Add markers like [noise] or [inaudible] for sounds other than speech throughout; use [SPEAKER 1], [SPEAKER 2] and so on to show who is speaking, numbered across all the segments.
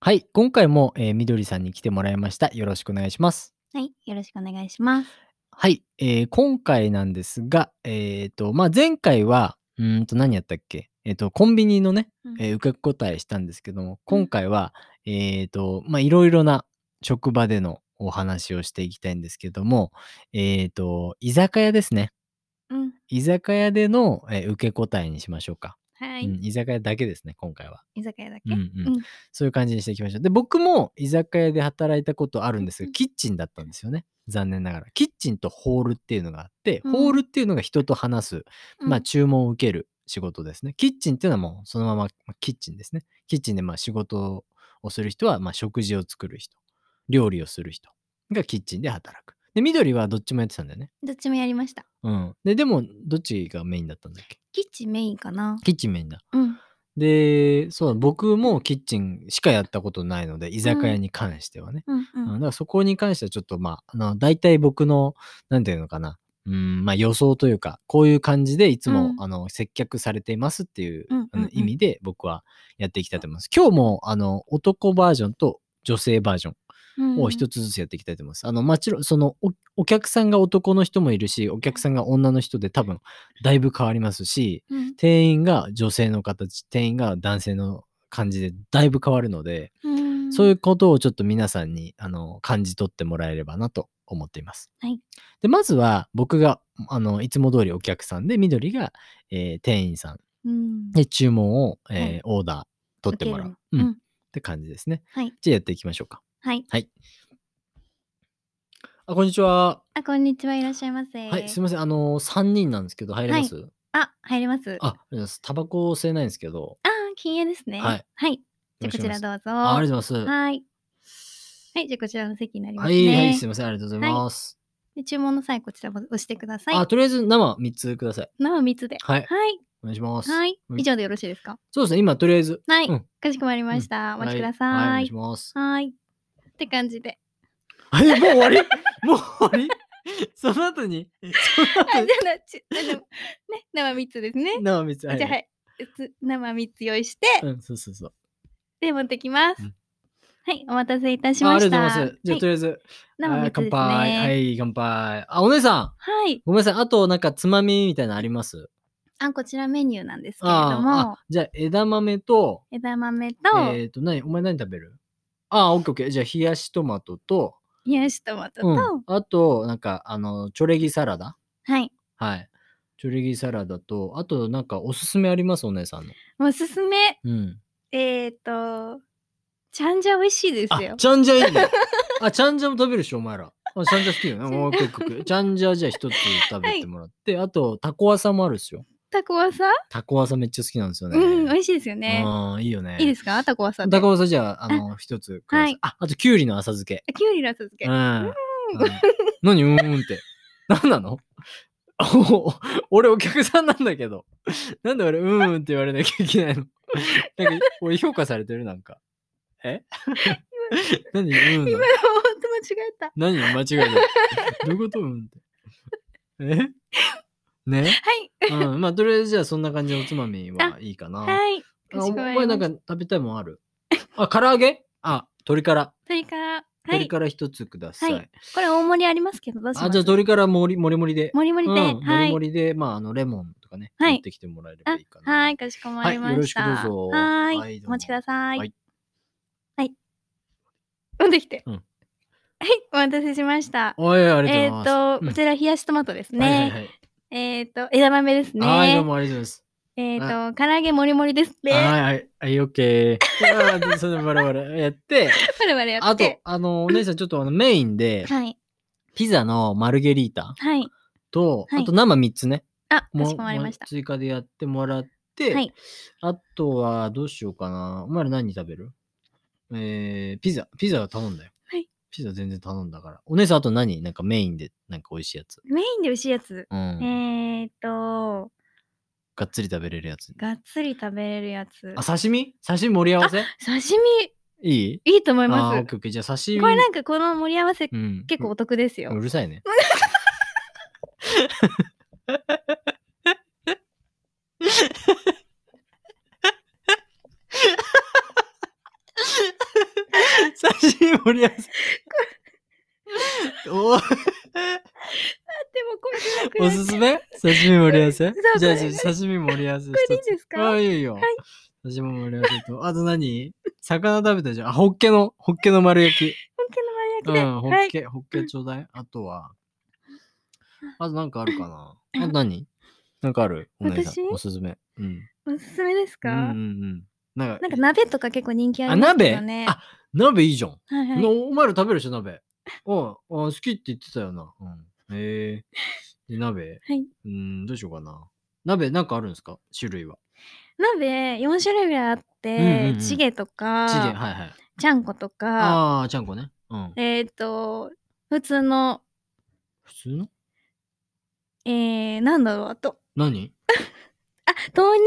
[SPEAKER 1] はい、今回も、えー、みどりさんに来てもらいました。よろしくお願いします。
[SPEAKER 2] はい、よろしくお願いします。
[SPEAKER 1] はい、えー、今回なんですが、えっ、ー、と、まあ、前回は、うんと、何やったっけえっ、と、コンビニのね、
[SPEAKER 2] うん、
[SPEAKER 1] えー、受け答えしたんですけども、
[SPEAKER 2] うん
[SPEAKER 1] 今回は、えっ、と、まあ、いろいろな職場でのお話をしていきたいんですけども、えっ、と、居酒屋ですね。
[SPEAKER 2] うん。
[SPEAKER 1] 居酒屋での、え受け答えにしましょうか。
[SPEAKER 2] は
[SPEAKER 1] う
[SPEAKER 2] い。
[SPEAKER 1] ん、居酒屋だけですね、今回は。
[SPEAKER 2] 居酒屋だ
[SPEAKER 1] うん
[SPEAKER 2] け。
[SPEAKER 1] うん
[SPEAKER 2] うん。
[SPEAKER 1] そういう感じにしていきましょう。で、僕も居酒屋で働いたことあるんです
[SPEAKER 2] う
[SPEAKER 1] が、
[SPEAKER 2] ん
[SPEAKER 1] キッチンだったんですよね。残念ながら。キッチンとホールっていうのがあって、
[SPEAKER 2] う
[SPEAKER 1] ホー
[SPEAKER 2] ん。
[SPEAKER 1] ルっていうのが人と話す、
[SPEAKER 2] う
[SPEAKER 1] まあ
[SPEAKER 2] ん。
[SPEAKER 1] 注文を受ける仕事ですね。キッチンっていうのはもうそのまま、まあキッチンですね。キッチンでまあ仕事をする人は、まあ食事を作る人、料理をする人がキッチンで働く。で、緑はどっちもやってたんだよね。
[SPEAKER 2] どっちもやりました。
[SPEAKER 1] うん。で、でも、どっちがメインだったんだっけ
[SPEAKER 2] キッチンメインかな。
[SPEAKER 1] キッチンメインだ。
[SPEAKER 2] うん。
[SPEAKER 1] で、そう、僕もキッチンしかやったことないので、居
[SPEAKER 2] う
[SPEAKER 1] 酒屋
[SPEAKER 2] ん。
[SPEAKER 1] に関してはね。
[SPEAKER 2] うんう
[SPEAKER 1] うん
[SPEAKER 2] ん。
[SPEAKER 1] だからそこに関してはちょっとまあ、あの、大体僕の、なんていうのかな。うん、まあ予想というか、こういう感じでいつ
[SPEAKER 2] う
[SPEAKER 1] も、
[SPEAKER 2] ん。
[SPEAKER 1] あの、接客されていますっていう
[SPEAKER 2] うん
[SPEAKER 1] あ
[SPEAKER 2] う
[SPEAKER 1] の
[SPEAKER 2] んう
[SPEAKER 1] 意
[SPEAKER 2] ん。
[SPEAKER 1] 味で僕はやっていきたいと思います。今日も、あの、男バージョンと女性バージョン
[SPEAKER 2] う
[SPEAKER 1] を
[SPEAKER 2] ん。
[SPEAKER 1] 一つずつやっていきたいと思います。あの、もちろん、そのお、お客さんが男の人もいるし、お客さんが女の人で多分、だいぶ変わりますし、
[SPEAKER 2] うん。
[SPEAKER 1] 店員が女性の形、店員が男性の感じでだいぶ変わるので、
[SPEAKER 2] う
[SPEAKER 1] そうい
[SPEAKER 2] ん。
[SPEAKER 1] うことをちょっと皆さんに、あの、感じ取ってもらえればなと思っています。
[SPEAKER 2] はい。
[SPEAKER 1] で、まずは僕が、あの、いつも通りお客さんで、緑が、えー店員さん
[SPEAKER 2] うん。
[SPEAKER 1] で、注文を、
[SPEAKER 2] は
[SPEAKER 1] えー
[SPEAKER 2] い。
[SPEAKER 1] オーダー取っ
[SPEAKER 2] 受
[SPEAKER 1] て
[SPEAKER 2] け
[SPEAKER 1] も
[SPEAKER 2] る
[SPEAKER 1] らう。
[SPEAKER 2] の。
[SPEAKER 1] うん。
[SPEAKER 2] う
[SPEAKER 1] っ
[SPEAKER 2] ん。
[SPEAKER 1] て感じですね。
[SPEAKER 2] はい。
[SPEAKER 1] じゃあやっていきましょうか。
[SPEAKER 2] はい。
[SPEAKER 1] はい。あ、こんにちは。
[SPEAKER 2] あ、こんにちは。いらっしゃいま
[SPEAKER 1] はい、す
[SPEAKER 2] せ。
[SPEAKER 1] いません。あの、3人なんですけど、入れ
[SPEAKER 2] は
[SPEAKER 1] ま
[SPEAKER 2] い。
[SPEAKER 1] す
[SPEAKER 2] あ、入りま
[SPEAKER 1] あ、ありがとう
[SPEAKER 2] す。
[SPEAKER 1] ございます。タバコを吸えないんですけど、
[SPEAKER 2] あー、禁煙です
[SPEAKER 1] は
[SPEAKER 2] ね。
[SPEAKER 1] い。
[SPEAKER 2] はい。
[SPEAKER 1] よ
[SPEAKER 2] じゃ
[SPEAKER 1] ろ
[SPEAKER 2] あ
[SPEAKER 1] し
[SPEAKER 2] こ
[SPEAKER 1] くお
[SPEAKER 2] ち
[SPEAKER 1] 願い
[SPEAKER 2] ら
[SPEAKER 1] します。
[SPEAKER 2] どうぞ。
[SPEAKER 1] ああ
[SPEAKER 2] は
[SPEAKER 1] りがとうございます。
[SPEAKER 2] ーい。はい。じゃあこちらの席になり
[SPEAKER 1] は
[SPEAKER 2] ます
[SPEAKER 1] い、はい、す
[SPEAKER 2] ね。
[SPEAKER 1] いません、ありがとうござい
[SPEAKER 2] はい。
[SPEAKER 1] ます。
[SPEAKER 2] で、注文の際、こちらを押してくださ
[SPEAKER 1] あ、
[SPEAKER 2] い。
[SPEAKER 1] とりあえず生3つください。
[SPEAKER 2] 生3つで。
[SPEAKER 1] はい、
[SPEAKER 2] はい。
[SPEAKER 1] お願いします。
[SPEAKER 2] はい。
[SPEAKER 1] う
[SPEAKER 2] 以
[SPEAKER 1] ん
[SPEAKER 2] 上でよろしいですか
[SPEAKER 1] そうですね、今とりあえず。
[SPEAKER 2] は
[SPEAKER 1] う
[SPEAKER 2] い。
[SPEAKER 1] ん、
[SPEAKER 2] かしこまり
[SPEAKER 1] う
[SPEAKER 2] まし
[SPEAKER 1] ん。
[SPEAKER 2] た。お待
[SPEAKER 1] は
[SPEAKER 2] ちくだ
[SPEAKER 1] い、はい、お願
[SPEAKER 2] さ
[SPEAKER 1] い
[SPEAKER 2] い。
[SPEAKER 1] します。
[SPEAKER 2] はーい。って感
[SPEAKER 1] [laughs]
[SPEAKER 2] じで。
[SPEAKER 1] え、もう終わり [laughs] もう終わり [laughs] その後に、その
[SPEAKER 2] あ、
[SPEAKER 1] 後に、
[SPEAKER 2] じゃあな、ち、あの、ね、生3つですね。
[SPEAKER 1] 生3つ、は。
[SPEAKER 2] じゃあ、はいい。つ生3つ用意して、
[SPEAKER 1] うん、そうそうそう。
[SPEAKER 2] で、持ってきま
[SPEAKER 1] う
[SPEAKER 2] す。
[SPEAKER 1] ん
[SPEAKER 2] はい。お待たせいたし
[SPEAKER 1] ああ
[SPEAKER 2] ま
[SPEAKER 1] り
[SPEAKER 2] し
[SPEAKER 1] がとうござい
[SPEAKER 2] た。
[SPEAKER 1] ま
[SPEAKER 2] は
[SPEAKER 1] す。じゃあ、と
[SPEAKER 2] い。
[SPEAKER 1] りあえず、
[SPEAKER 2] 生
[SPEAKER 1] あー
[SPEAKER 2] 3つ
[SPEAKER 1] 乾
[SPEAKER 2] です
[SPEAKER 1] 杯。は
[SPEAKER 2] ね。
[SPEAKER 1] い、乾杯。あ、お姉さん、
[SPEAKER 2] はい。
[SPEAKER 1] ごめんなさい。あと、なんか、つまみみたいなのあります
[SPEAKER 2] あ、こちらメニューなんですけれど
[SPEAKER 1] ああ、あ、
[SPEAKER 2] も、
[SPEAKER 1] じゃあ、枝豆と、
[SPEAKER 2] 枝豆と、
[SPEAKER 1] えっ、ー、と、何、お前何食べるああ、オッケーオッケー。じゃあ、冷やしトマトと、
[SPEAKER 2] 冷やしトマト
[SPEAKER 1] う
[SPEAKER 2] と、
[SPEAKER 1] ん。あと、なんか、あの、チョレギサラダ
[SPEAKER 2] はい。
[SPEAKER 1] はい。チョレギサラダと、あと、なんか、おすすめありますお姉さんの。
[SPEAKER 2] おすすめ、
[SPEAKER 1] うん。
[SPEAKER 2] えっと、ちゃんじゃ美味しいです
[SPEAKER 1] あ、
[SPEAKER 2] よ。
[SPEAKER 1] ちゃんじゃいいね。 [laughs] あ、ちゃんじゃも食べるでしょ、お前ら。あ、ちゃんじゃ好きよね。
[SPEAKER 2] ちゃん
[SPEAKER 1] オッケーオッケーオ
[SPEAKER 2] [laughs]
[SPEAKER 1] ッケー。ちゃんじゃじゃあ一つ食べ
[SPEAKER 2] は
[SPEAKER 1] て
[SPEAKER 2] い。
[SPEAKER 1] もらって、あと、タコワサもあるっすよ。
[SPEAKER 2] タコワサ
[SPEAKER 1] タコワサめっちゃ好きなんですよ
[SPEAKER 2] うん、
[SPEAKER 1] ね。
[SPEAKER 2] 美味しいですよね。
[SPEAKER 1] うん、いいよ
[SPEAKER 2] いいで
[SPEAKER 1] ね。
[SPEAKER 2] すかタコワサ
[SPEAKER 1] タ
[SPEAKER 2] で。
[SPEAKER 1] コワサじゃあ、あ
[SPEAKER 2] あ、
[SPEAKER 1] の、一つくだ
[SPEAKER 2] は
[SPEAKER 1] さい。
[SPEAKER 2] い。
[SPEAKER 1] あ、あと、キュウリの浅漬け。
[SPEAKER 2] きゅうりの浅漬
[SPEAKER 1] う
[SPEAKER 2] け。
[SPEAKER 1] ん。
[SPEAKER 2] う。
[SPEAKER 1] うんん。何うーんって。 [laughs] 何なの俺お客さんなんだけど。なんで俺うーんって言われなきゃいけないの [laughs] なんか、俺評価されてるなんか。
[SPEAKER 2] [laughs]
[SPEAKER 1] え何うーんな
[SPEAKER 2] 今の
[SPEAKER 1] の
[SPEAKER 2] [laughs] 本当間違えた。
[SPEAKER 1] 何間違
[SPEAKER 2] [laughs]
[SPEAKER 1] えた。どういうことうんって。えね
[SPEAKER 2] はい。
[SPEAKER 1] うん。まあ、とりあえずじゃあそんな感じのおつまみ
[SPEAKER 2] あ、
[SPEAKER 1] はいいかな。
[SPEAKER 2] はい。か
[SPEAKER 1] あ、お
[SPEAKER 2] しこま
[SPEAKER 1] 前
[SPEAKER 2] り
[SPEAKER 1] なん
[SPEAKER 2] ま
[SPEAKER 1] か
[SPEAKER 2] し
[SPEAKER 1] 食べたいもんあるあ、唐揚げあ、鶏から。
[SPEAKER 2] た。鶏から、は
[SPEAKER 1] 鶏
[SPEAKER 2] い。
[SPEAKER 1] から一つくだ
[SPEAKER 2] は
[SPEAKER 1] さ
[SPEAKER 2] い。
[SPEAKER 1] い。
[SPEAKER 2] これ大盛りありますけど、どうし
[SPEAKER 1] あ、
[SPEAKER 2] ま
[SPEAKER 1] じゃあ
[SPEAKER 2] す
[SPEAKER 1] 鶏からもりもりもりで。
[SPEAKER 2] もりも
[SPEAKER 1] う
[SPEAKER 2] りで、
[SPEAKER 1] ん、もり
[SPEAKER 2] は
[SPEAKER 1] も
[SPEAKER 2] い。
[SPEAKER 1] りで、まあ、あの、レモンとかね、
[SPEAKER 2] は
[SPEAKER 1] 持っ
[SPEAKER 2] い。
[SPEAKER 1] てきてもらえれば
[SPEAKER 2] あ、
[SPEAKER 1] いいかな。
[SPEAKER 2] はい。かしこま
[SPEAKER 1] はい、
[SPEAKER 2] り
[SPEAKER 1] よ
[SPEAKER 2] ま
[SPEAKER 1] ろ
[SPEAKER 2] し
[SPEAKER 1] しくどう
[SPEAKER 2] た。
[SPEAKER 1] ぞ。
[SPEAKER 2] はーい。
[SPEAKER 1] はい、ど
[SPEAKER 2] お
[SPEAKER 1] う
[SPEAKER 2] 待ちく
[SPEAKER 1] も。
[SPEAKER 2] ださ。
[SPEAKER 1] はいい。
[SPEAKER 2] はい。飲んできて。
[SPEAKER 1] うん。
[SPEAKER 2] はい。お待たせしました。
[SPEAKER 1] おい、ありがとうご
[SPEAKER 2] え
[SPEAKER 1] ざい
[SPEAKER 2] っ
[SPEAKER 1] ます。
[SPEAKER 2] と、
[SPEAKER 1] う
[SPEAKER 2] こ
[SPEAKER 1] ん。
[SPEAKER 2] ちら冷やしトマトです
[SPEAKER 1] はいはい
[SPEAKER 2] ね。
[SPEAKER 1] はい。
[SPEAKER 2] えっと、枝豆です
[SPEAKER 1] はい、どう
[SPEAKER 2] ね。
[SPEAKER 1] もありがとうござい
[SPEAKER 2] えっ
[SPEAKER 1] ます。
[SPEAKER 2] と、唐揚げもりもりです
[SPEAKER 1] は
[SPEAKER 2] ね。 [laughs]
[SPEAKER 1] い、はい、はい、オッケー。ああ、でそれバラバラやって、
[SPEAKER 2] 我々 [laughs] やっ
[SPEAKER 1] あと、
[SPEAKER 2] て。
[SPEAKER 1] あの、お姉さん、ちょっとあのメインで、
[SPEAKER 2] はい。
[SPEAKER 1] ピザのマルゲリータ
[SPEAKER 2] はい。
[SPEAKER 1] と、
[SPEAKER 2] は
[SPEAKER 1] あと
[SPEAKER 2] い。
[SPEAKER 1] 生3つね、
[SPEAKER 2] あ、かし
[SPEAKER 1] も、
[SPEAKER 2] こまり
[SPEAKER 1] も
[SPEAKER 2] ま
[SPEAKER 1] う
[SPEAKER 2] した。
[SPEAKER 1] 追加でやってもらっ
[SPEAKER 2] は
[SPEAKER 1] て、
[SPEAKER 2] い。
[SPEAKER 1] あとは、どうしようかな。お前ら何食べるえー、ピザ、ピザ頼んだよ。
[SPEAKER 2] はい。
[SPEAKER 1] ピザ全然頼んだから。お姉さん、あと何なんかメインで、なんか美味しいやつ。
[SPEAKER 2] メインで美味しいやつ。
[SPEAKER 1] う
[SPEAKER 2] え
[SPEAKER 1] ん。
[SPEAKER 2] ーっと、
[SPEAKER 1] がっつり食べれるやつ。
[SPEAKER 2] がっつり食べれるや
[SPEAKER 1] あ、
[SPEAKER 2] つ。
[SPEAKER 1] 刺身刺身盛り合わ
[SPEAKER 2] あ、
[SPEAKER 1] せ
[SPEAKER 2] 刺
[SPEAKER 1] いい
[SPEAKER 2] 身、いいと思いま
[SPEAKER 1] あ
[SPEAKER 2] す。
[SPEAKER 1] ー、オッケーオッケー。じゃあ刺
[SPEAKER 2] これ
[SPEAKER 1] 身、
[SPEAKER 2] なんかこの盛り合わせ
[SPEAKER 1] うん。
[SPEAKER 2] 結構お得です
[SPEAKER 1] う
[SPEAKER 2] よ。
[SPEAKER 1] うるさいね。写真盛り合わせ。お
[SPEAKER 2] もこれじゃなく
[SPEAKER 1] おすすめ刺身盛り合わせ
[SPEAKER 2] そう
[SPEAKER 1] じゃあ、
[SPEAKER 2] こ
[SPEAKER 1] じゃ
[SPEAKER 2] れ
[SPEAKER 1] あ刺身盛り合わせ
[SPEAKER 2] これでい
[SPEAKER 1] 一
[SPEAKER 2] いです
[SPEAKER 1] つ。ああ、
[SPEAKER 2] か
[SPEAKER 1] いいよ。刺身盛り合わせと、あと何魚食べたじゃん。あ、ホッケの、ホッケの丸焼き。
[SPEAKER 2] 本家
[SPEAKER 1] う
[SPEAKER 2] の丸
[SPEAKER 1] ん、ホ
[SPEAKER 2] 焼
[SPEAKER 1] ッ
[SPEAKER 2] きで。
[SPEAKER 1] ケ、ホッケちょうだい。あと
[SPEAKER 2] [laughs]
[SPEAKER 1] は、あとなんかあるかなあと何なんかあるお姉さ
[SPEAKER 2] 私
[SPEAKER 1] ん、おすすめ。うん。
[SPEAKER 2] はい。おすすめです
[SPEAKER 1] うんうんう
[SPEAKER 2] か
[SPEAKER 1] ん。なん
[SPEAKER 2] なんか
[SPEAKER 1] か、
[SPEAKER 2] 鍋とか結構人気あ
[SPEAKER 1] あ、
[SPEAKER 2] ります
[SPEAKER 1] 鍋
[SPEAKER 2] よね。
[SPEAKER 1] あ、鍋いいじゃん。
[SPEAKER 2] はいはい。
[SPEAKER 1] のお前ら食べるでしょ、鍋。うん、あ好きって言ってたよな。うん、へえで、鍋。
[SPEAKER 2] はい。
[SPEAKER 1] うん、どうしようかな。鍋、なんかあるんですか種類は。
[SPEAKER 2] 鍋4種類ぐらいあっ
[SPEAKER 1] うんうんう
[SPEAKER 2] て
[SPEAKER 1] ん、
[SPEAKER 2] チゲと
[SPEAKER 1] チゲ、はい
[SPEAKER 2] か、
[SPEAKER 1] はい。
[SPEAKER 2] ちゃんことか、
[SPEAKER 1] ああー、ちゃんこね。うん。
[SPEAKER 2] えっと、普通の、
[SPEAKER 1] 普通の
[SPEAKER 2] えー、なんだろう、あと、
[SPEAKER 1] 何
[SPEAKER 2] あ、豆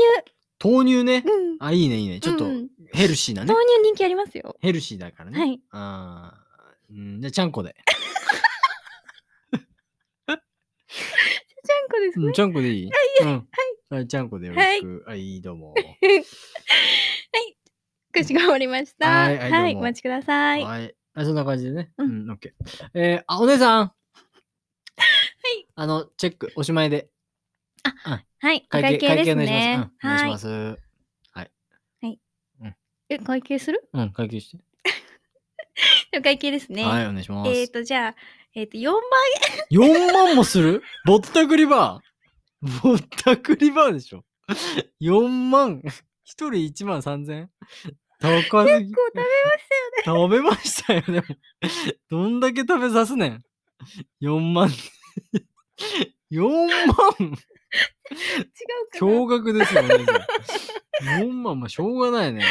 [SPEAKER 1] 豆乳ね
[SPEAKER 2] 乳。。うん。
[SPEAKER 1] あ、いいね、いいね。ちょっと
[SPEAKER 2] うんうん
[SPEAKER 1] ヘルシーなね
[SPEAKER 2] 豆。乳人気ありますよ。
[SPEAKER 1] ヘルシーだからね。
[SPEAKER 2] はい。
[SPEAKER 1] あーうん、じゃあ、ちゃんこ
[SPEAKER 2] [laughs]
[SPEAKER 1] で。
[SPEAKER 2] ちゃんこです
[SPEAKER 1] う
[SPEAKER 2] ね
[SPEAKER 1] ん、。ちゃんこでいいうん。はい。ちゃんこでよろしく。はい、どうも。
[SPEAKER 2] くしが終わりました。
[SPEAKER 1] はいはい
[SPEAKER 2] はい、
[SPEAKER 1] どうも
[SPEAKER 2] お待ちください。 [laughs] は
[SPEAKER 1] はい。あそんな感じでね。う
[SPEAKER 2] うん
[SPEAKER 1] ん、オッケー。えー、あ、お姉さん。はい。あの、チェック、おしまいで。
[SPEAKER 2] い、お会計
[SPEAKER 1] お願
[SPEAKER 2] です
[SPEAKER 1] いしま
[SPEAKER 2] ね
[SPEAKER 1] す。。うんお願いし
[SPEAKER 2] は
[SPEAKER 1] ま
[SPEAKER 2] い。
[SPEAKER 1] す。
[SPEAKER 2] え、会計する
[SPEAKER 1] うん、会計して。
[SPEAKER 2] お会計ですね。
[SPEAKER 1] はい、お願いしま
[SPEAKER 2] えっ
[SPEAKER 1] す。
[SPEAKER 2] と、じゃあ、えっと、4万
[SPEAKER 1] 4万もす [laughs] るぼったくりバー。ぼったくりバーでしょ。4万。一人1万3000。高すぎ
[SPEAKER 2] 個。食べ
[SPEAKER 1] 食べましたよ、でも。どんだけ食べさすねん。4万。4万
[SPEAKER 2] 違うかな。
[SPEAKER 1] 驚愕ですよね。4万、まあ、しょうがないね。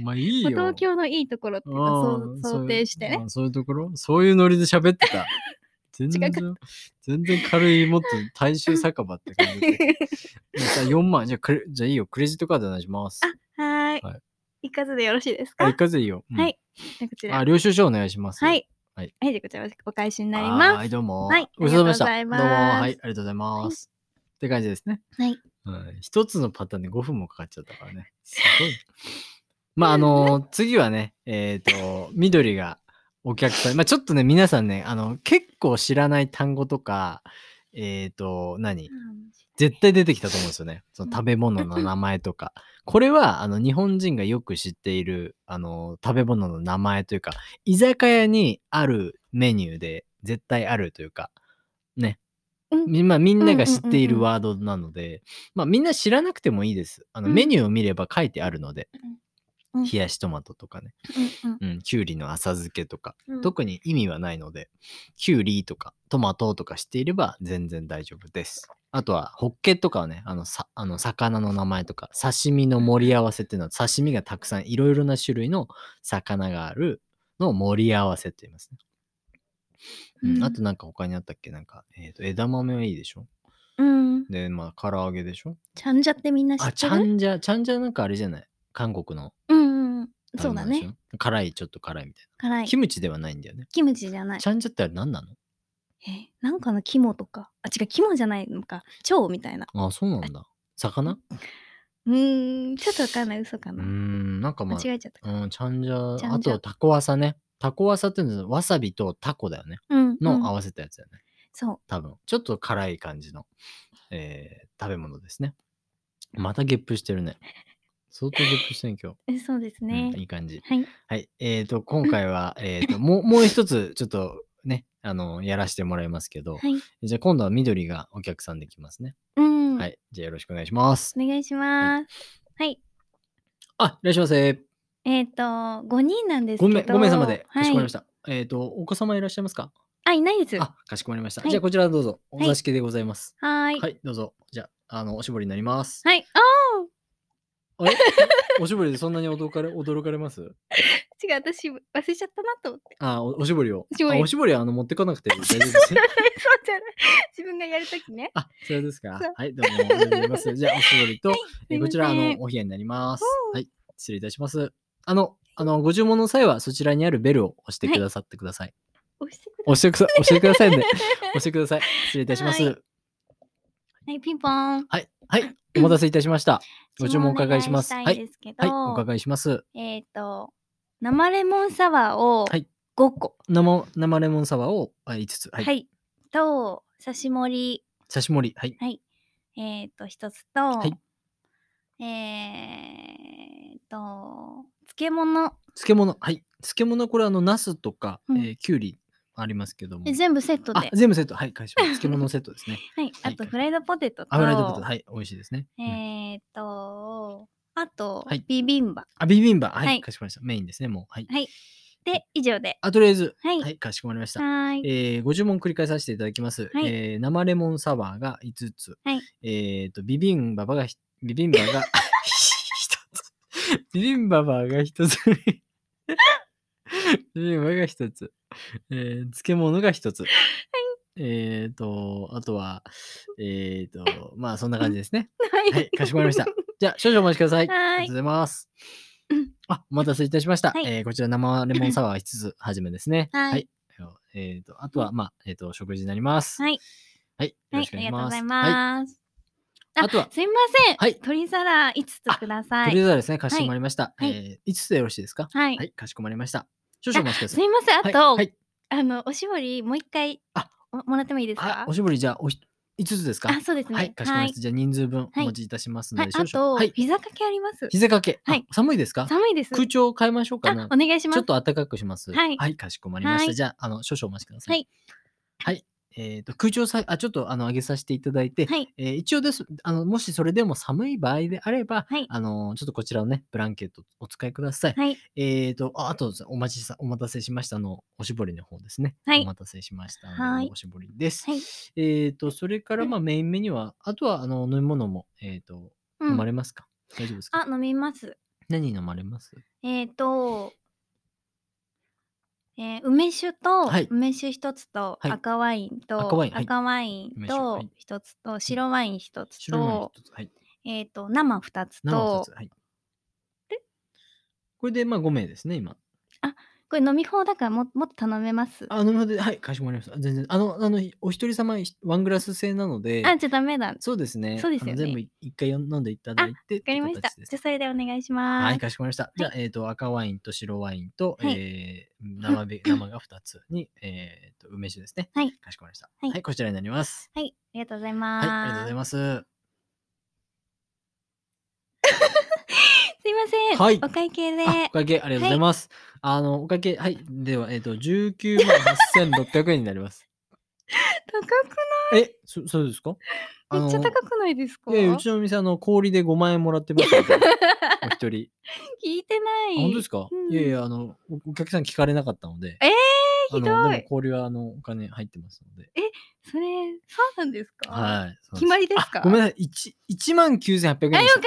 [SPEAKER 1] まあ、いいよ。
[SPEAKER 2] 東京のいいところっていうかそう
[SPEAKER 1] ああ
[SPEAKER 2] 想定し
[SPEAKER 1] そう
[SPEAKER 2] て。
[SPEAKER 1] いう
[SPEAKER 2] ね。
[SPEAKER 1] ああそういうところそういうノリで喋って
[SPEAKER 2] [laughs]
[SPEAKER 1] た。全
[SPEAKER 2] 違
[SPEAKER 1] 然
[SPEAKER 2] か、
[SPEAKER 1] 全然軽い、もっと大衆酒場って感じ
[SPEAKER 2] [laughs]
[SPEAKER 1] で。じゃあ4万、じゃあクレ、じゃあいいよ、クレジットカードお願いします。
[SPEAKER 2] は
[SPEAKER 1] はい
[SPEAKER 2] ーい。一括でよろしいですか
[SPEAKER 1] あ、
[SPEAKER 2] は
[SPEAKER 1] 一括でいいよ。うん
[SPEAKER 2] い。じゃあこちら。
[SPEAKER 1] あ、
[SPEAKER 2] はい。
[SPEAKER 1] 領収書お願いします。
[SPEAKER 2] はい。
[SPEAKER 1] は
[SPEAKER 2] はいい。じゃあこちらお返しになり
[SPEAKER 1] は
[SPEAKER 2] ま
[SPEAKER 1] い、
[SPEAKER 2] す。
[SPEAKER 1] どうも。
[SPEAKER 2] はい
[SPEAKER 1] ごちそうさまでした。
[SPEAKER 2] ありが
[SPEAKER 1] ど
[SPEAKER 2] とう
[SPEAKER 1] うも、
[SPEAKER 2] ございます
[SPEAKER 1] はい、ありがとうございます。って感じですね。
[SPEAKER 2] はい。
[SPEAKER 1] うん一つのパターンで5分もかかっちゃったから
[SPEAKER 2] [laughs]
[SPEAKER 1] ね。すごい。まあ、あの次はね、えっ、と、緑がお客さん、まあ、ちょっとね、皆さんね、あの、結構知らない単語とか、えっ、と、何絶対出てきたと思うんですよね。その食べ物の名前とか。これは、あの、日本人がよく知っている、あの、食べ物の名前というか、居酒屋にあるメニューで絶対あるというか、ね。
[SPEAKER 2] うん
[SPEAKER 1] みまあ、みんなが知ってい
[SPEAKER 2] うんうんうんう
[SPEAKER 1] る
[SPEAKER 2] ん
[SPEAKER 1] ワードなので、まあ、みんな知らなくてもいいです。あの、
[SPEAKER 2] うん
[SPEAKER 1] メニューを見れば書いてあるので
[SPEAKER 2] うん、
[SPEAKER 1] 冷やしトマトとかね、
[SPEAKER 2] うん
[SPEAKER 1] うん、きゅうりの浅漬けとか、
[SPEAKER 2] うん
[SPEAKER 1] 特に意味はないので、キュウリとかトマトとかしていれば全然大丈夫です。あとは、ホッケとかはね、あの、さあの魚の名前とか、刺身の盛り合わせっていうのは、刺身がたくさんいろいろな種類の魚があるのを盛り合わせって言いますね。うん、あとなんか他にあったっけなんか、えっ、と、枝豆はいいでしょ
[SPEAKER 2] うん。
[SPEAKER 1] で、まあ、唐揚げでしょ
[SPEAKER 2] ちゃんじゃってみんな知
[SPEAKER 1] あ、
[SPEAKER 2] って
[SPEAKER 1] ち
[SPEAKER 2] る
[SPEAKER 1] ゃんじゃ、ちゃんじゃなんかあれじゃない韓国の
[SPEAKER 2] うんうんうん。そ
[SPEAKER 1] 食
[SPEAKER 2] う
[SPEAKER 1] べ
[SPEAKER 2] だ
[SPEAKER 1] 物でしょ。
[SPEAKER 2] ね。
[SPEAKER 1] 辛い、ちょっと辛いみたい
[SPEAKER 2] 辛
[SPEAKER 1] な。
[SPEAKER 2] い
[SPEAKER 1] キ。ムチではないんだよね。
[SPEAKER 2] キムチじゃない
[SPEAKER 1] ち。ゃんじゃってあれ何なの
[SPEAKER 2] え、なんかの肝とか。あ、違う、肝じゃないのか。腸みたいな。
[SPEAKER 1] あ、そうなんだ。魚
[SPEAKER 2] うーん、ちょっとわかんない、嘘か
[SPEAKER 1] うー
[SPEAKER 2] な。
[SPEAKER 1] ん、なんかま
[SPEAKER 2] 間
[SPEAKER 1] あ、
[SPEAKER 2] 違えちゃったか。
[SPEAKER 1] うん、ちゃんじ
[SPEAKER 2] ち
[SPEAKER 1] ゃ、
[SPEAKER 2] ゃ
[SPEAKER 1] あ
[SPEAKER 2] んじゃ
[SPEAKER 1] とタコワサね。タコワサっていうのはわさびとタコだよね。
[SPEAKER 2] うん。う
[SPEAKER 1] の
[SPEAKER 2] ん
[SPEAKER 1] 合わせたやつだよね。
[SPEAKER 2] そう。
[SPEAKER 1] 多分。ちょっと辛い感じの、えー食べ物ですね。またゲップしてるね。相当ゲップしてる今日。
[SPEAKER 2] えそうです
[SPEAKER 1] うん
[SPEAKER 2] ね。
[SPEAKER 1] いい感じ。
[SPEAKER 2] はい。
[SPEAKER 1] はい。えっ、と、今回は、
[SPEAKER 2] [laughs]
[SPEAKER 1] えっと、もう、もう一つ、ちょっとね、あの、やらせてもらいますけど、
[SPEAKER 2] はい。
[SPEAKER 1] じゃあ今度は緑がお客さんできますね。
[SPEAKER 2] うん。
[SPEAKER 1] はい。じゃあよろしくお願いします。
[SPEAKER 2] お願いします。はい。
[SPEAKER 1] あ、いらっしゃいませ。
[SPEAKER 2] えっ、と、5人なんですけ
[SPEAKER 1] ご
[SPEAKER 2] ど。。
[SPEAKER 1] めん、ごめん様で。かしこまりましたた。えっ、と、お子様いらっしゃいますか
[SPEAKER 2] はい、あ、いないです。は
[SPEAKER 1] あ、かしこまりました。
[SPEAKER 2] はい
[SPEAKER 1] じゃあ、こちらどうぞ。お
[SPEAKER 2] はい
[SPEAKER 1] 座敷でございます。
[SPEAKER 2] ー。
[SPEAKER 1] はいい、どうぞ。じゃあ、あの、おしぼりになります。
[SPEAKER 2] はい。あ
[SPEAKER 1] あれ [laughs] おしぼりでそんなに驚かれ驚かれます
[SPEAKER 2] ー違う、私、忘れちゃったなと思って。 [laughs]
[SPEAKER 1] あお、おしぼりを。
[SPEAKER 2] おしぼり
[SPEAKER 1] あおしぼりはあの持ってかなくて
[SPEAKER 2] [laughs]
[SPEAKER 1] 大丈夫です。
[SPEAKER 2] そうじゃない。自分がやるときね。
[SPEAKER 1] あ、それですか
[SPEAKER 2] そう。
[SPEAKER 1] はい、どうも。ありがとうござい
[SPEAKER 2] [laughs]
[SPEAKER 1] ます。じゃあ、おしぼりと、え
[SPEAKER 2] すいません
[SPEAKER 1] こちら、あの、お部屋になります。はい、失礼いたします。あの、あの、ご注文の際は、そちらにあるベルを押してくださってくださ
[SPEAKER 2] [laughs]
[SPEAKER 1] い。
[SPEAKER 2] 押してくだ
[SPEAKER 1] 押してくさ、押してくださいね。
[SPEAKER 2] さ
[SPEAKER 1] 押してください。失礼いたします。
[SPEAKER 2] はいい。はい、ピンポーン。
[SPEAKER 1] はい、はい、お
[SPEAKER 2] [coughs]
[SPEAKER 1] 待たせいたしました。ご注文お
[SPEAKER 2] 質問
[SPEAKER 1] 伺いします。
[SPEAKER 2] お
[SPEAKER 1] は
[SPEAKER 2] 願
[SPEAKER 1] い、
[SPEAKER 2] いしたいですけ
[SPEAKER 1] はい、
[SPEAKER 2] ど
[SPEAKER 1] お伺いします。
[SPEAKER 2] えっ、と、生レモンサワーを
[SPEAKER 1] はい
[SPEAKER 2] 5個。
[SPEAKER 1] 生生レモンサワーをあ5つ。は。
[SPEAKER 2] はいい。と、刺し盛り、
[SPEAKER 1] 刺し盛り。はい。
[SPEAKER 2] えっ、と、1つと、
[SPEAKER 1] はい
[SPEAKER 2] えっ、と、漬物。
[SPEAKER 1] 漬物。はい。漬物、これ、あの、ナスとか、
[SPEAKER 2] うん
[SPEAKER 1] えーきゅうりありますけども。
[SPEAKER 2] え全部セット
[SPEAKER 1] あ
[SPEAKER 2] で。、
[SPEAKER 1] 全部セット。はい。解消。
[SPEAKER 2] [laughs]
[SPEAKER 1] 漬物セットですね。
[SPEAKER 2] はい。あと、フライドポテトと、
[SPEAKER 1] 油でこと。はい。美味しいですね。うん
[SPEAKER 2] えっ、と、あと、
[SPEAKER 1] はい
[SPEAKER 2] ビビンバ。
[SPEAKER 1] あ、ビビンバ。はい。
[SPEAKER 2] はい
[SPEAKER 1] かしこまりました。メインですね、もう。はい。
[SPEAKER 2] はい。で、以上で。
[SPEAKER 1] あ、とりあえず、
[SPEAKER 2] はい。
[SPEAKER 1] はい。かしこまりました。
[SPEAKER 2] はーい。
[SPEAKER 1] えー、ご注文繰り返させていただきます。
[SPEAKER 2] はい
[SPEAKER 1] えー生レモンサワーが5つ。
[SPEAKER 2] はい
[SPEAKER 1] えーと、ビビンババがひ、ビビンバが1つ。ビビンババが1つ。 [laughs] ビビンバが1つ。えー漬物が1つ。えーと、あとは、えーと、まあそんな感じですね。
[SPEAKER 2] は
[SPEAKER 1] はいい、。かしこま
[SPEAKER 2] [laughs]
[SPEAKER 1] りました。じゃあ、少々お待ちください。
[SPEAKER 2] はーい
[SPEAKER 1] ありがとうございます
[SPEAKER 2] うん。
[SPEAKER 1] あ、お待たせいたしました。
[SPEAKER 2] はい
[SPEAKER 1] えーこちら生レモンサワー5つはじめですね。
[SPEAKER 2] はい
[SPEAKER 1] えっ、と、あとは、まあ、えっ、と、食事になります。
[SPEAKER 2] はい。
[SPEAKER 1] はい。よ
[SPEAKER 2] は
[SPEAKER 1] ろ
[SPEAKER 2] い
[SPEAKER 1] し、く
[SPEAKER 2] あ
[SPEAKER 1] お願
[SPEAKER 2] り
[SPEAKER 1] い
[SPEAKER 2] が
[SPEAKER 1] し
[SPEAKER 2] とう
[SPEAKER 1] ます。はい。
[SPEAKER 2] ございます。あ
[SPEAKER 1] あとは、
[SPEAKER 2] すいません。
[SPEAKER 1] はい
[SPEAKER 2] 鶏皿5つくださ
[SPEAKER 1] とりあ
[SPEAKER 2] い。
[SPEAKER 1] えずはですね、かしこまりました。
[SPEAKER 2] はい
[SPEAKER 1] えー、5つでよろしいですか
[SPEAKER 2] はい。
[SPEAKER 1] はい、かしこまりました。少々お待ちくだ
[SPEAKER 2] す
[SPEAKER 1] さい。
[SPEAKER 2] いません。あと、
[SPEAKER 1] はい。
[SPEAKER 2] あのおしぼりもう一回
[SPEAKER 1] あ
[SPEAKER 2] おもらってもいいです
[SPEAKER 1] はい、あ
[SPEAKER 2] か
[SPEAKER 1] お。しぼり、じゃあ、おひ5つですか
[SPEAKER 2] あ、そうですね。
[SPEAKER 1] はい、かしこまりました。じゃあ、人数分お持ちいたしますの
[SPEAKER 2] はい
[SPEAKER 1] で、
[SPEAKER 2] あ
[SPEAKER 1] 少々。
[SPEAKER 2] と、
[SPEAKER 1] はい。
[SPEAKER 2] 膝掛けあります。
[SPEAKER 1] 膝掛け。あ
[SPEAKER 2] はい
[SPEAKER 1] 寒いですか
[SPEAKER 2] 寒いです。
[SPEAKER 1] 空調変えましょうかね
[SPEAKER 2] あ、お願いしま
[SPEAKER 1] ち
[SPEAKER 2] す。
[SPEAKER 1] ょっと暖かくします。
[SPEAKER 2] はい
[SPEAKER 1] かしこまりました。
[SPEAKER 2] はい
[SPEAKER 1] じゃあ、あの、少々お待ちください。
[SPEAKER 2] はい。
[SPEAKER 1] はい。えっ、と、空調さ、あ、ちょっと、あの、上げさせていただいて、
[SPEAKER 2] はい。
[SPEAKER 1] えー一応です、あの、もしそれでも寒い場合であれば、
[SPEAKER 2] はい
[SPEAKER 1] あの、ちょっとこちらのね、ブランケットお使いください。
[SPEAKER 2] はい。
[SPEAKER 1] えっ、と、ああとですね、お待ちさ、お待たせしました。あの、おしぼりの方ですね。
[SPEAKER 2] はい
[SPEAKER 1] お待たせしました。
[SPEAKER 2] は
[SPEAKER 1] あ
[SPEAKER 2] い
[SPEAKER 1] のおしぼりです。
[SPEAKER 2] はい
[SPEAKER 1] えっ、と、それから、まあ、メインメニューは、あとは、あの、飲み物も、えっ、と、
[SPEAKER 2] う
[SPEAKER 1] 飲まれ
[SPEAKER 2] ん、
[SPEAKER 1] ますか大丈夫ですか
[SPEAKER 2] あ、飲みます。
[SPEAKER 1] 何飲まれます
[SPEAKER 2] えっ、と。えー、梅酒と、
[SPEAKER 1] はい
[SPEAKER 2] 梅酒一つと、
[SPEAKER 1] はい
[SPEAKER 2] 赤ワインと
[SPEAKER 1] 赤ワインはい
[SPEAKER 2] 赤ワイン
[SPEAKER 1] 梅酒は
[SPEAKER 2] と
[SPEAKER 1] い
[SPEAKER 2] 一つと白ワイン一つ
[SPEAKER 1] 白ワ
[SPEAKER 2] と、
[SPEAKER 1] イン一つ。はい。
[SPEAKER 2] えっ、と生二つ
[SPEAKER 1] 生2
[SPEAKER 2] と
[SPEAKER 1] つ。はい。これで、まあ、5名ですね、今。
[SPEAKER 2] これ飲み放だからももっと頼めます。
[SPEAKER 1] あ、飲みで、はい、かしこまりました。全然。あの、あの、お一人様、ひワングラス制なので、
[SPEAKER 2] あ、じゃダメだ。わ
[SPEAKER 1] そうですね。
[SPEAKER 2] そうですよね
[SPEAKER 1] あの全部い一回よ飲んでいただいて。わ
[SPEAKER 2] かりました。じゃあそれでお願いします。
[SPEAKER 1] はい、かしこまりました。じゃあ、えっ、と、赤ワインと白ワインと、
[SPEAKER 2] はい
[SPEAKER 1] えー生
[SPEAKER 2] [laughs]
[SPEAKER 1] ビ生が2つに、えっ、と、梅酒ですね。
[SPEAKER 2] はい
[SPEAKER 1] かしこまりました。
[SPEAKER 2] はい
[SPEAKER 1] こちらになります。
[SPEAKER 2] はい、ありがとうござい
[SPEAKER 1] は
[SPEAKER 2] ま
[SPEAKER 1] い、
[SPEAKER 2] す。
[SPEAKER 1] ありがとうございます。
[SPEAKER 2] す。いません。
[SPEAKER 1] はい
[SPEAKER 2] お会計で。
[SPEAKER 1] あお会計ありがとうございます。あの、お会計、はい。では、えっ、と、19万8600円になります。
[SPEAKER 2] 高く、
[SPEAKER 1] え、そ、そうですか
[SPEAKER 2] めっち
[SPEAKER 1] あ
[SPEAKER 2] ゃ
[SPEAKER 1] の
[SPEAKER 2] 高くないですか。
[SPEAKER 1] いやいや、うちの店、あの、氷で5万円もらってますのでお一人。
[SPEAKER 2] [laughs] [laughs] 聞いてな
[SPEAKER 1] あ
[SPEAKER 2] い。
[SPEAKER 1] 本当ですか、
[SPEAKER 2] うん
[SPEAKER 1] いやいや、あの、おお客さん聞かれなかったので。
[SPEAKER 2] えー
[SPEAKER 1] あの
[SPEAKER 2] ひどい
[SPEAKER 1] でも氷は、あの、お金入ってますので。
[SPEAKER 2] それ、そうなんですか。
[SPEAKER 1] はい。そうなんです
[SPEAKER 2] 決まりですか。
[SPEAKER 1] あごめんなさい。1万9800円
[SPEAKER 2] あ、
[SPEAKER 1] で
[SPEAKER 2] よ
[SPEAKER 1] し
[SPEAKER 2] かっ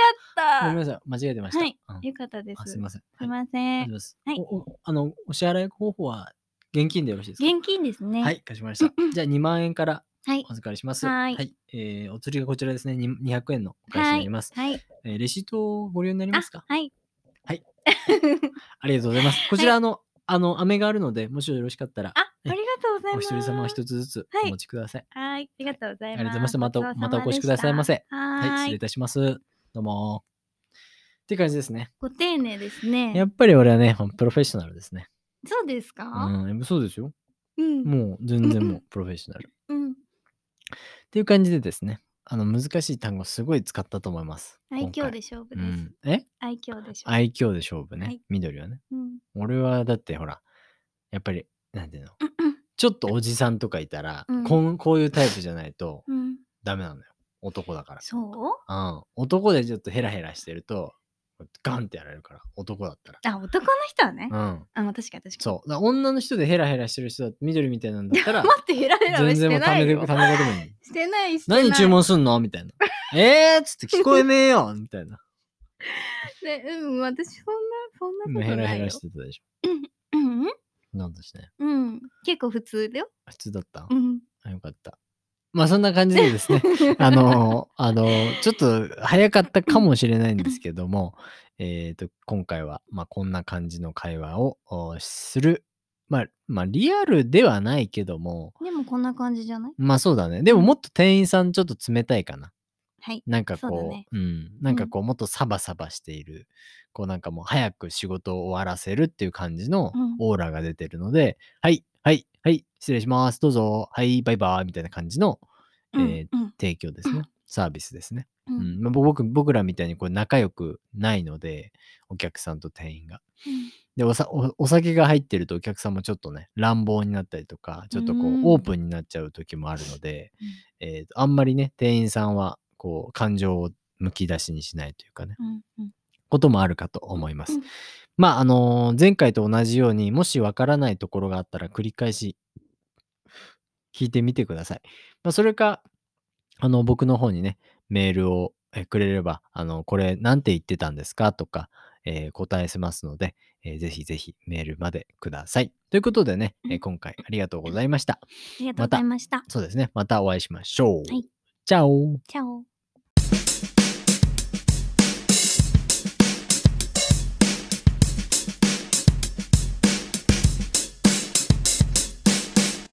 [SPEAKER 1] た。
[SPEAKER 2] た。
[SPEAKER 1] ごめんなさい。間違えてました。
[SPEAKER 2] はい
[SPEAKER 1] うん
[SPEAKER 2] よかったです。
[SPEAKER 1] あすいません。
[SPEAKER 2] すい
[SPEAKER 1] はい
[SPEAKER 2] ませ
[SPEAKER 1] 大
[SPEAKER 2] ん
[SPEAKER 1] 丈夫。です。
[SPEAKER 2] はい
[SPEAKER 1] おおあの、お支払い方法は現金でよろしいですか
[SPEAKER 2] 現金ですね。
[SPEAKER 1] はい、かしこまりました。じゃあ2万円から
[SPEAKER 2] はい。
[SPEAKER 1] お預かりします。
[SPEAKER 2] はい
[SPEAKER 1] えーお釣りがこちらですね。に200円のお返し
[SPEAKER 2] は
[SPEAKER 1] に
[SPEAKER 2] い。
[SPEAKER 1] なります。
[SPEAKER 2] はい。
[SPEAKER 1] えーレシートをご利用になり
[SPEAKER 2] あ
[SPEAKER 1] ますか、
[SPEAKER 2] はい。
[SPEAKER 1] はい。
[SPEAKER 2] [laughs] あ、
[SPEAKER 1] ありがとうございます。こちら、あの、あの、飴があるので、もしよろしかったら、
[SPEAKER 2] ありがとうござい
[SPEAKER 1] お
[SPEAKER 2] ます。
[SPEAKER 1] 一人様一つずつ
[SPEAKER 2] はい
[SPEAKER 1] お持ちください。
[SPEAKER 2] はい、ありがとうございま
[SPEAKER 1] あり
[SPEAKER 2] す。
[SPEAKER 1] がとうございましたまた
[SPEAKER 2] ごちそうさ
[SPEAKER 1] またお越し
[SPEAKER 2] で
[SPEAKER 1] くださいませ
[SPEAKER 2] た
[SPEAKER 1] は、
[SPEAKER 2] はいー
[SPEAKER 1] 失
[SPEAKER 2] い
[SPEAKER 1] 礼いたします。どうもー。って感じですね。
[SPEAKER 2] ご丁寧です
[SPEAKER 1] や
[SPEAKER 2] ね。
[SPEAKER 1] っぱり俺はね、プロフェッショナルですね。
[SPEAKER 2] そうです
[SPEAKER 1] う
[SPEAKER 2] か。
[SPEAKER 1] ん、そうですよ。
[SPEAKER 2] うん。
[SPEAKER 1] もう全然もうプロフェッショナル。っ
[SPEAKER 2] うん。
[SPEAKER 1] ていう感じでですね、あの、難しい単語すごい使ったと思います。
[SPEAKER 2] 愛
[SPEAKER 1] 今
[SPEAKER 2] 嬌
[SPEAKER 1] 回
[SPEAKER 2] で勝負
[SPEAKER 1] う
[SPEAKER 2] です。
[SPEAKER 1] ん。え
[SPEAKER 2] 愛嬌で勝負。
[SPEAKER 1] 愛嬌で勝負ね。
[SPEAKER 2] はい
[SPEAKER 1] 緑はね。
[SPEAKER 2] うん。
[SPEAKER 1] 俺はだってほら、やっぱり、なんていうの、
[SPEAKER 2] うん
[SPEAKER 1] ちょっとおじさんとかいたら、
[SPEAKER 2] うん
[SPEAKER 1] こんこういうタイプじゃないと
[SPEAKER 2] うん。
[SPEAKER 1] ダメなのよ。男だから。
[SPEAKER 2] そう。
[SPEAKER 1] うん、男でちょっとヘラヘラしてるとガンってやられるから男だったら。
[SPEAKER 2] あ、男の人はね。
[SPEAKER 1] うん、
[SPEAKER 2] あ、まあ確かに確かに。
[SPEAKER 1] そうだから女の人でヘラヘラしてる人だ緑みたいなんだったら
[SPEAKER 2] [laughs] 待って、ヘラヘラは
[SPEAKER 1] 全
[SPEAKER 2] して
[SPEAKER 1] 然もう
[SPEAKER 2] な
[SPEAKER 1] ため
[SPEAKER 2] い
[SPEAKER 1] で
[SPEAKER 2] よ
[SPEAKER 1] た。めでもいい。
[SPEAKER 2] [laughs] してないしてない。
[SPEAKER 1] 何注文すんのみ
[SPEAKER 2] [laughs]
[SPEAKER 1] たいな。えーっつって聞こえねえよみたいな。
[SPEAKER 2] ねうん、私そんな、そんなこ
[SPEAKER 1] もうヘ
[SPEAKER 2] と
[SPEAKER 1] ラ
[SPEAKER 2] な
[SPEAKER 1] ヘ
[SPEAKER 2] いよ
[SPEAKER 1] ラし。てたでし
[SPEAKER 2] うん
[SPEAKER 1] ょ。なんとしてね。
[SPEAKER 2] うん。うん。結構普通だよ。
[SPEAKER 1] 普通だった、
[SPEAKER 2] うん。
[SPEAKER 1] あよかった。まあそんな感じでですね。 [laughs]
[SPEAKER 2] [laughs]
[SPEAKER 1] あのーあのーちょっと早かったかもしれないんですけども、えっと、今回は、まあ、こんな感じの会話をおする。まあ、まあ、リアルではないけども、
[SPEAKER 2] でもこんな感じじゃない
[SPEAKER 1] まあそうだね。でももっと店員さんちょっと冷たいかな。
[SPEAKER 2] はい。
[SPEAKER 1] なんか
[SPEAKER 2] そうだ
[SPEAKER 1] こう
[SPEAKER 2] ね
[SPEAKER 1] うん、なんかこう、もっとサバサバしている、こうなんかもう早く仕事を終わらせるっていう感じの
[SPEAKER 2] うん
[SPEAKER 1] オーラが出てるので、はい、はい、はい、失礼します、どうぞ、はい、バイバイみたいな感じの
[SPEAKER 2] うん
[SPEAKER 1] えー
[SPEAKER 2] うん
[SPEAKER 1] 提供です
[SPEAKER 2] う
[SPEAKER 1] ね
[SPEAKER 2] ん。
[SPEAKER 1] サービスですね。
[SPEAKER 2] う
[SPEAKER 1] うんんまあ、僕僕らみたいにこう仲良くないので、お客さんと店員が。
[SPEAKER 2] うん
[SPEAKER 1] でおさお、お酒が入ってるとお客さんもちょっとね、乱暴になったりとか、ちょっとこう
[SPEAKER 2] う、ん
[SPEAKER 1] オープンになっちゃう時もあるので、えーとあんまりね、店員さんは、こう、感情をむき出しにしないというかね、
[SPEAKER 2] うんうん
[SPEAKER 1] こともあるかと思います。
[SPEAKER 2] うん
[SPEAKER 1] まあ、あのー前回と同じように、もしわからないところがあったら繰り返し聞いてみてください。まあ、それか、あの、僕の方にね、メールをえくれれば、あの、これなんて言ってたんですかとか、えー答えせますので、えーぜひぜひメールまでください。ということでね、えー
[SPEAKER 2] うん
[SPEAKER 1] 今回ありがとうございました。
[SPEAKER 2] ありがとうございました。
[SPEAKER 1] そうですね、またお会いしましょう。
[SPEAKER 2] はい
[SPEAKER 1] チャオ
[SPEAKER 2] チャオ。